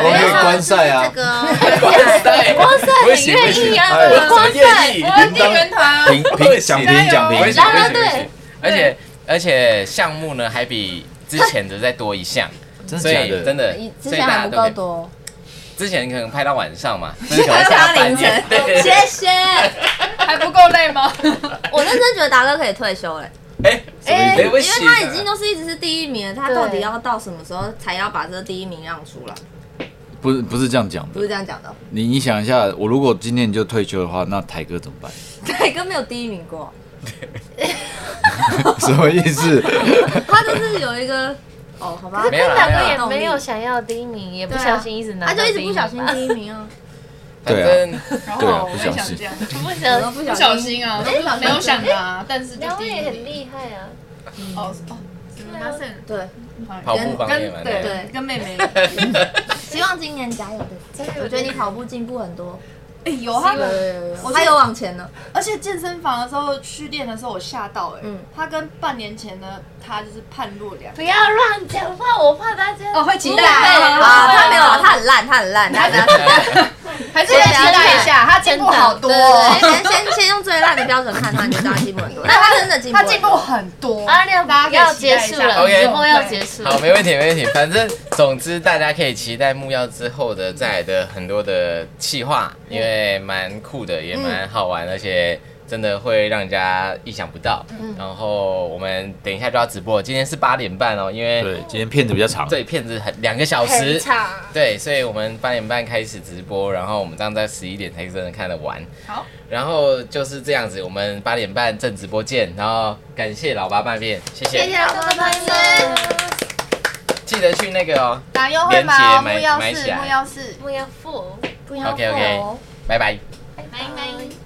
Speaker 3: 我
Speaker 2: 评
Speaker 3: 们可
Speaker 2: 审。
Speaker 3: 以观赛啊
Speaker 1: 这个哦
Speaker 5: 对，
Speaker 4: 哇塞，
Speaker 5: 不
Speaker 4: 你
Speaker 5: 行不
Speaker 4: 愿
Speaker 5: 行
Speaker 4: 意啊？
Speaker 3: 哎
Speaker 5: 我
Speaker 4: 哇
Speaker 5: 怎么愿
Speaker 4: 塞，
Speaker 5: 意？
Speaker 2: 我要定圆团，啊
Speaker 3: 评评讲评讲
Speaker 5: 不行不
Speaker 3: 评
Speaker 5: 行，
Speaker 4: 当然
Speaker 5: 不行不
Speaker 4: 对
Speaker 5: 行，而且而且项目呢还比之前的再多一项，
Speaker 3: 真
Speaker 5: 所以
Speaker 3: 的假
Speaker 5: 真
Speaker 3: 的？
Speaker 5: 的
Speaker 1: 你，之
Speaker 5: 所以
Speaker 1: 前
Speaker 5: 大家
Speaker 1: 还不
Speaker 5: 都
Speaker 1: 够
Speaker 5: 可以
Speaker 1: 多，
Speaker 5: 之前可能拍到晚上嘛，就是可 能下半夜，对对
Speaker 1: 谢
Speaker 5: 对，
Speaker 1: 谢。
Speaker 2: 还不够累吗？
Speaker 1: 我认真觉得达哥可以退休了，
Speaker 5: 哎，
Speaker 1: 哎，因
Speaker 5: 对不
Speaker 1: 为
Speaker 5: 起
Speaker 1: 他已经都是一直是第一名了，他
Speaker 4: 对
Speaker 1: 到底要到什么时候才要把这个第一名让出来？
Speaker 3: 不是不是这样讲
Speaker 1: 不
Speaker 3: 的。
Speaker 1: 是这样讲的，
Speaker 3: 你你想一下，我如果今天就退休的话，那台哥怎么办？
Speaker 1: 对，哥没有第一名过，
Speaker 3: 什么意思？
Speaker 1: 他就是有一个哦，好吧，
Speaker 5: 没有啦
Speaker 4: 大哥
Speaker 5: 没有
Speaker 4: 也
Speaker 5: 啦
Speaker 4: 没有想要第一名，也不小心一直拿
Speaker 1: 啊他
Speaker 4: 到
Speaker 1: 就
Speaker 4: 第
Speaker 1: 一
Speaker 4: 一
Speaker 1: 直
Speaker 4: 名
Speaker 1: 不
Speaker 4: 吧，
Speaker 1: 小心第一名啊，
Speaker 5: 反正
Speaker 2: 然
Speaker 3: 对啊
Speaker 2: 后我也想这样，
Speaker 4: 不
Speaker 1: 我
Speaker 4: 小
Speaker 1: 都
Speaker 4: 心。
Speaker 1: 不
Speaker 2: 不小心啊，
Speaker 1: 哎
Speaker 2: 没有想啊，但是就
Speaker 4: 两
Speaker 2: 第
Speaker 4: 位
Speaker 2: 一
Speaker 4: 也很
Speaker 2: 名。
Speaker 4: 厉害啊！
Speaker 2: 哦哦，发现
Speaker 1: 对，
Speaker 5: 跑步方面嘛，
Speaker 2: 对
Speaker 5: 对
Speaker 2: 跟妹妹，
Speaker 1: 希望今年加油的，真的，我觉得你跑步进步很多，
Speaker 2: 哎有他
Speaker 1: 有
Speaker 2: 们，
Speaker 1: 有有，
Speaker 2: 我
Speaker 1: 他有往前呢，
Speaker 2: 而且健身房的时候去练的时候，我吓到哎，他跟半年前的他就是判若两人。
Speaker 4: 不要乱讲话，我怕大家。
Speaker 2: 会期
Speaker 1: 啊，他没有啊，他很烂，他很烂，他不要
Speaker 2: 还是期待一下，他进步好多
Speaker 1: 对
Speaker 2: 哦，
Speaker 1: 对对，先先先用最烂的标准看他，你就知道他进步很多。但他真的进步，
Speaker 2: 他进步。很多。
Speaker 4: 阿亮
Speaker 2: 大家
Speaker 4: 啊要
Speaker 2: 可以期
Speaker 4: 结
Speaker 2: 待一
Speaker 4: 束
Speaker 2: 下
Speaker 4: 了，
Speaker 5: OK
Speaker 4: 节目要结束
Speaker 5: 好，
Speaker 4: 了。
Speaker 5: 没问题，没问题。反正总之，大家可以期待木曜之后的再来的很多的企划，因为蛮酷的，也蛮好玩，而且真的会让人家意想不到。
Speaker 4: 嗯
Speaker 5: 然后我们等一下就要直播，今天是八点半哦，因为
Speaker 3: 对，今天片子比较长。
Speaker 5: 对片子很两个小
Speaker 4: 很
Speaker 5: 时。
Speaker 4: 长，
Speaker 5: 对，所以我们八点半开始直播，然后我们这样在十一点才真的看得完。
Speaker 2: 好，
Speaker 5: 然后就是这样子，我们八点半正直播见。然后感谢老八半变，谢谢，
Speaker 4: 谢谢各位朋友，
Speaker 5: 记得去那个哦，
Speaker 2: 打优惠码哦，木
Speaker 5: 连结买
Speaker 2: 曜
Speaker 5: 买起
Speaker 2: 四
Speaker 5: 来
Speaker 2: 木曜四。
Speaker 4: 我要付，
Speaker 1: 不要
Speaker 5: OK，OK 拜拜。
Speaker 4: 拜拜。